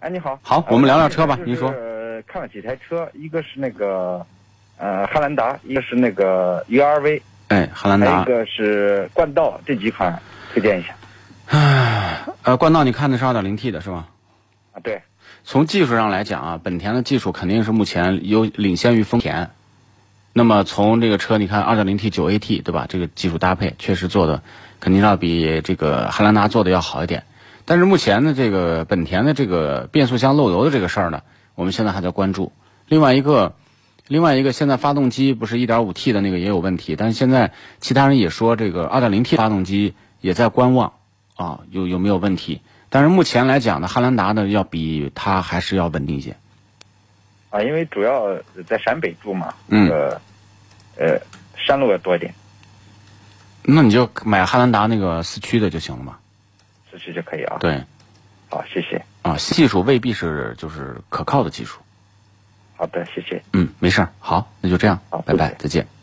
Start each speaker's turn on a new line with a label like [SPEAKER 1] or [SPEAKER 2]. [SPEAKER 1] 哎，你好。
[SPEAKER 2] 好
[SPEAKER 1] 呃
[SPEAKER 2] 我们聊聊车吧
[SPEAKER 1] 就是
[SPEAKER 2] 您说
[SPEAKER 1] 呃看了几台车，一个是那个呃汉兰达，一个是那个 URV，
[SPEAKER 2] 哎，汉兰
[SPEAKER 1] 还有一
[SPEAKER 2] 达，嗯
[SPEAKER 1] 个是冠道，这几款推荐一下
[SPEAKER 2] 呃，冠道你看的是 2.0T 的是吧？
[SPEAKER 1] 啊。对，
[SPEAKER 2] 从技术上来讲啊，本田的技术肯定是目前有领先于丰田。那么从这个车，你看 2.0T 9AT 对吧？这个技术搭配确实做的肯定要比这个汉兰达做的要好一点。但是目前的这个本田的这个变速箱漏油的这个事儿呢，我们现在还在关注。另外一个，另外一个，现在发动机不是 1.5T 的那个也有问题，但是现在其他人也说这个 2.0T 发动机也在观望啊，有有没有问题？但是目前来讲呢，汉兰达呢要比它还是要稳定一些。
[SPEAKER 1] 啊，因为主要在陕北住嘛，
[SPEAKER 2] 嗯
[SPEAKER 1] 呃，呃，山路要多一点，
[SPEAKER 2] 那你就买汉兰达那个四驱的就行了嘛。
[SPEAKER 1] 支持就可以啊。
[SPEAKER 2] 对，
[SPEAKER 1] 好，谢谢。
[SPEAKER 2] 啊，技术未必是就是可靠的技术。
[SPEAKER 1] 好的，谢谢。
[SPEAKER 2] 嗯，没事儿，好，那就这样
[SPEAKER 1] 好，
[SPEAKER 2] 拜拜
[SPEAKER 1] 谢谢，
[SPEAKER 2] 再见。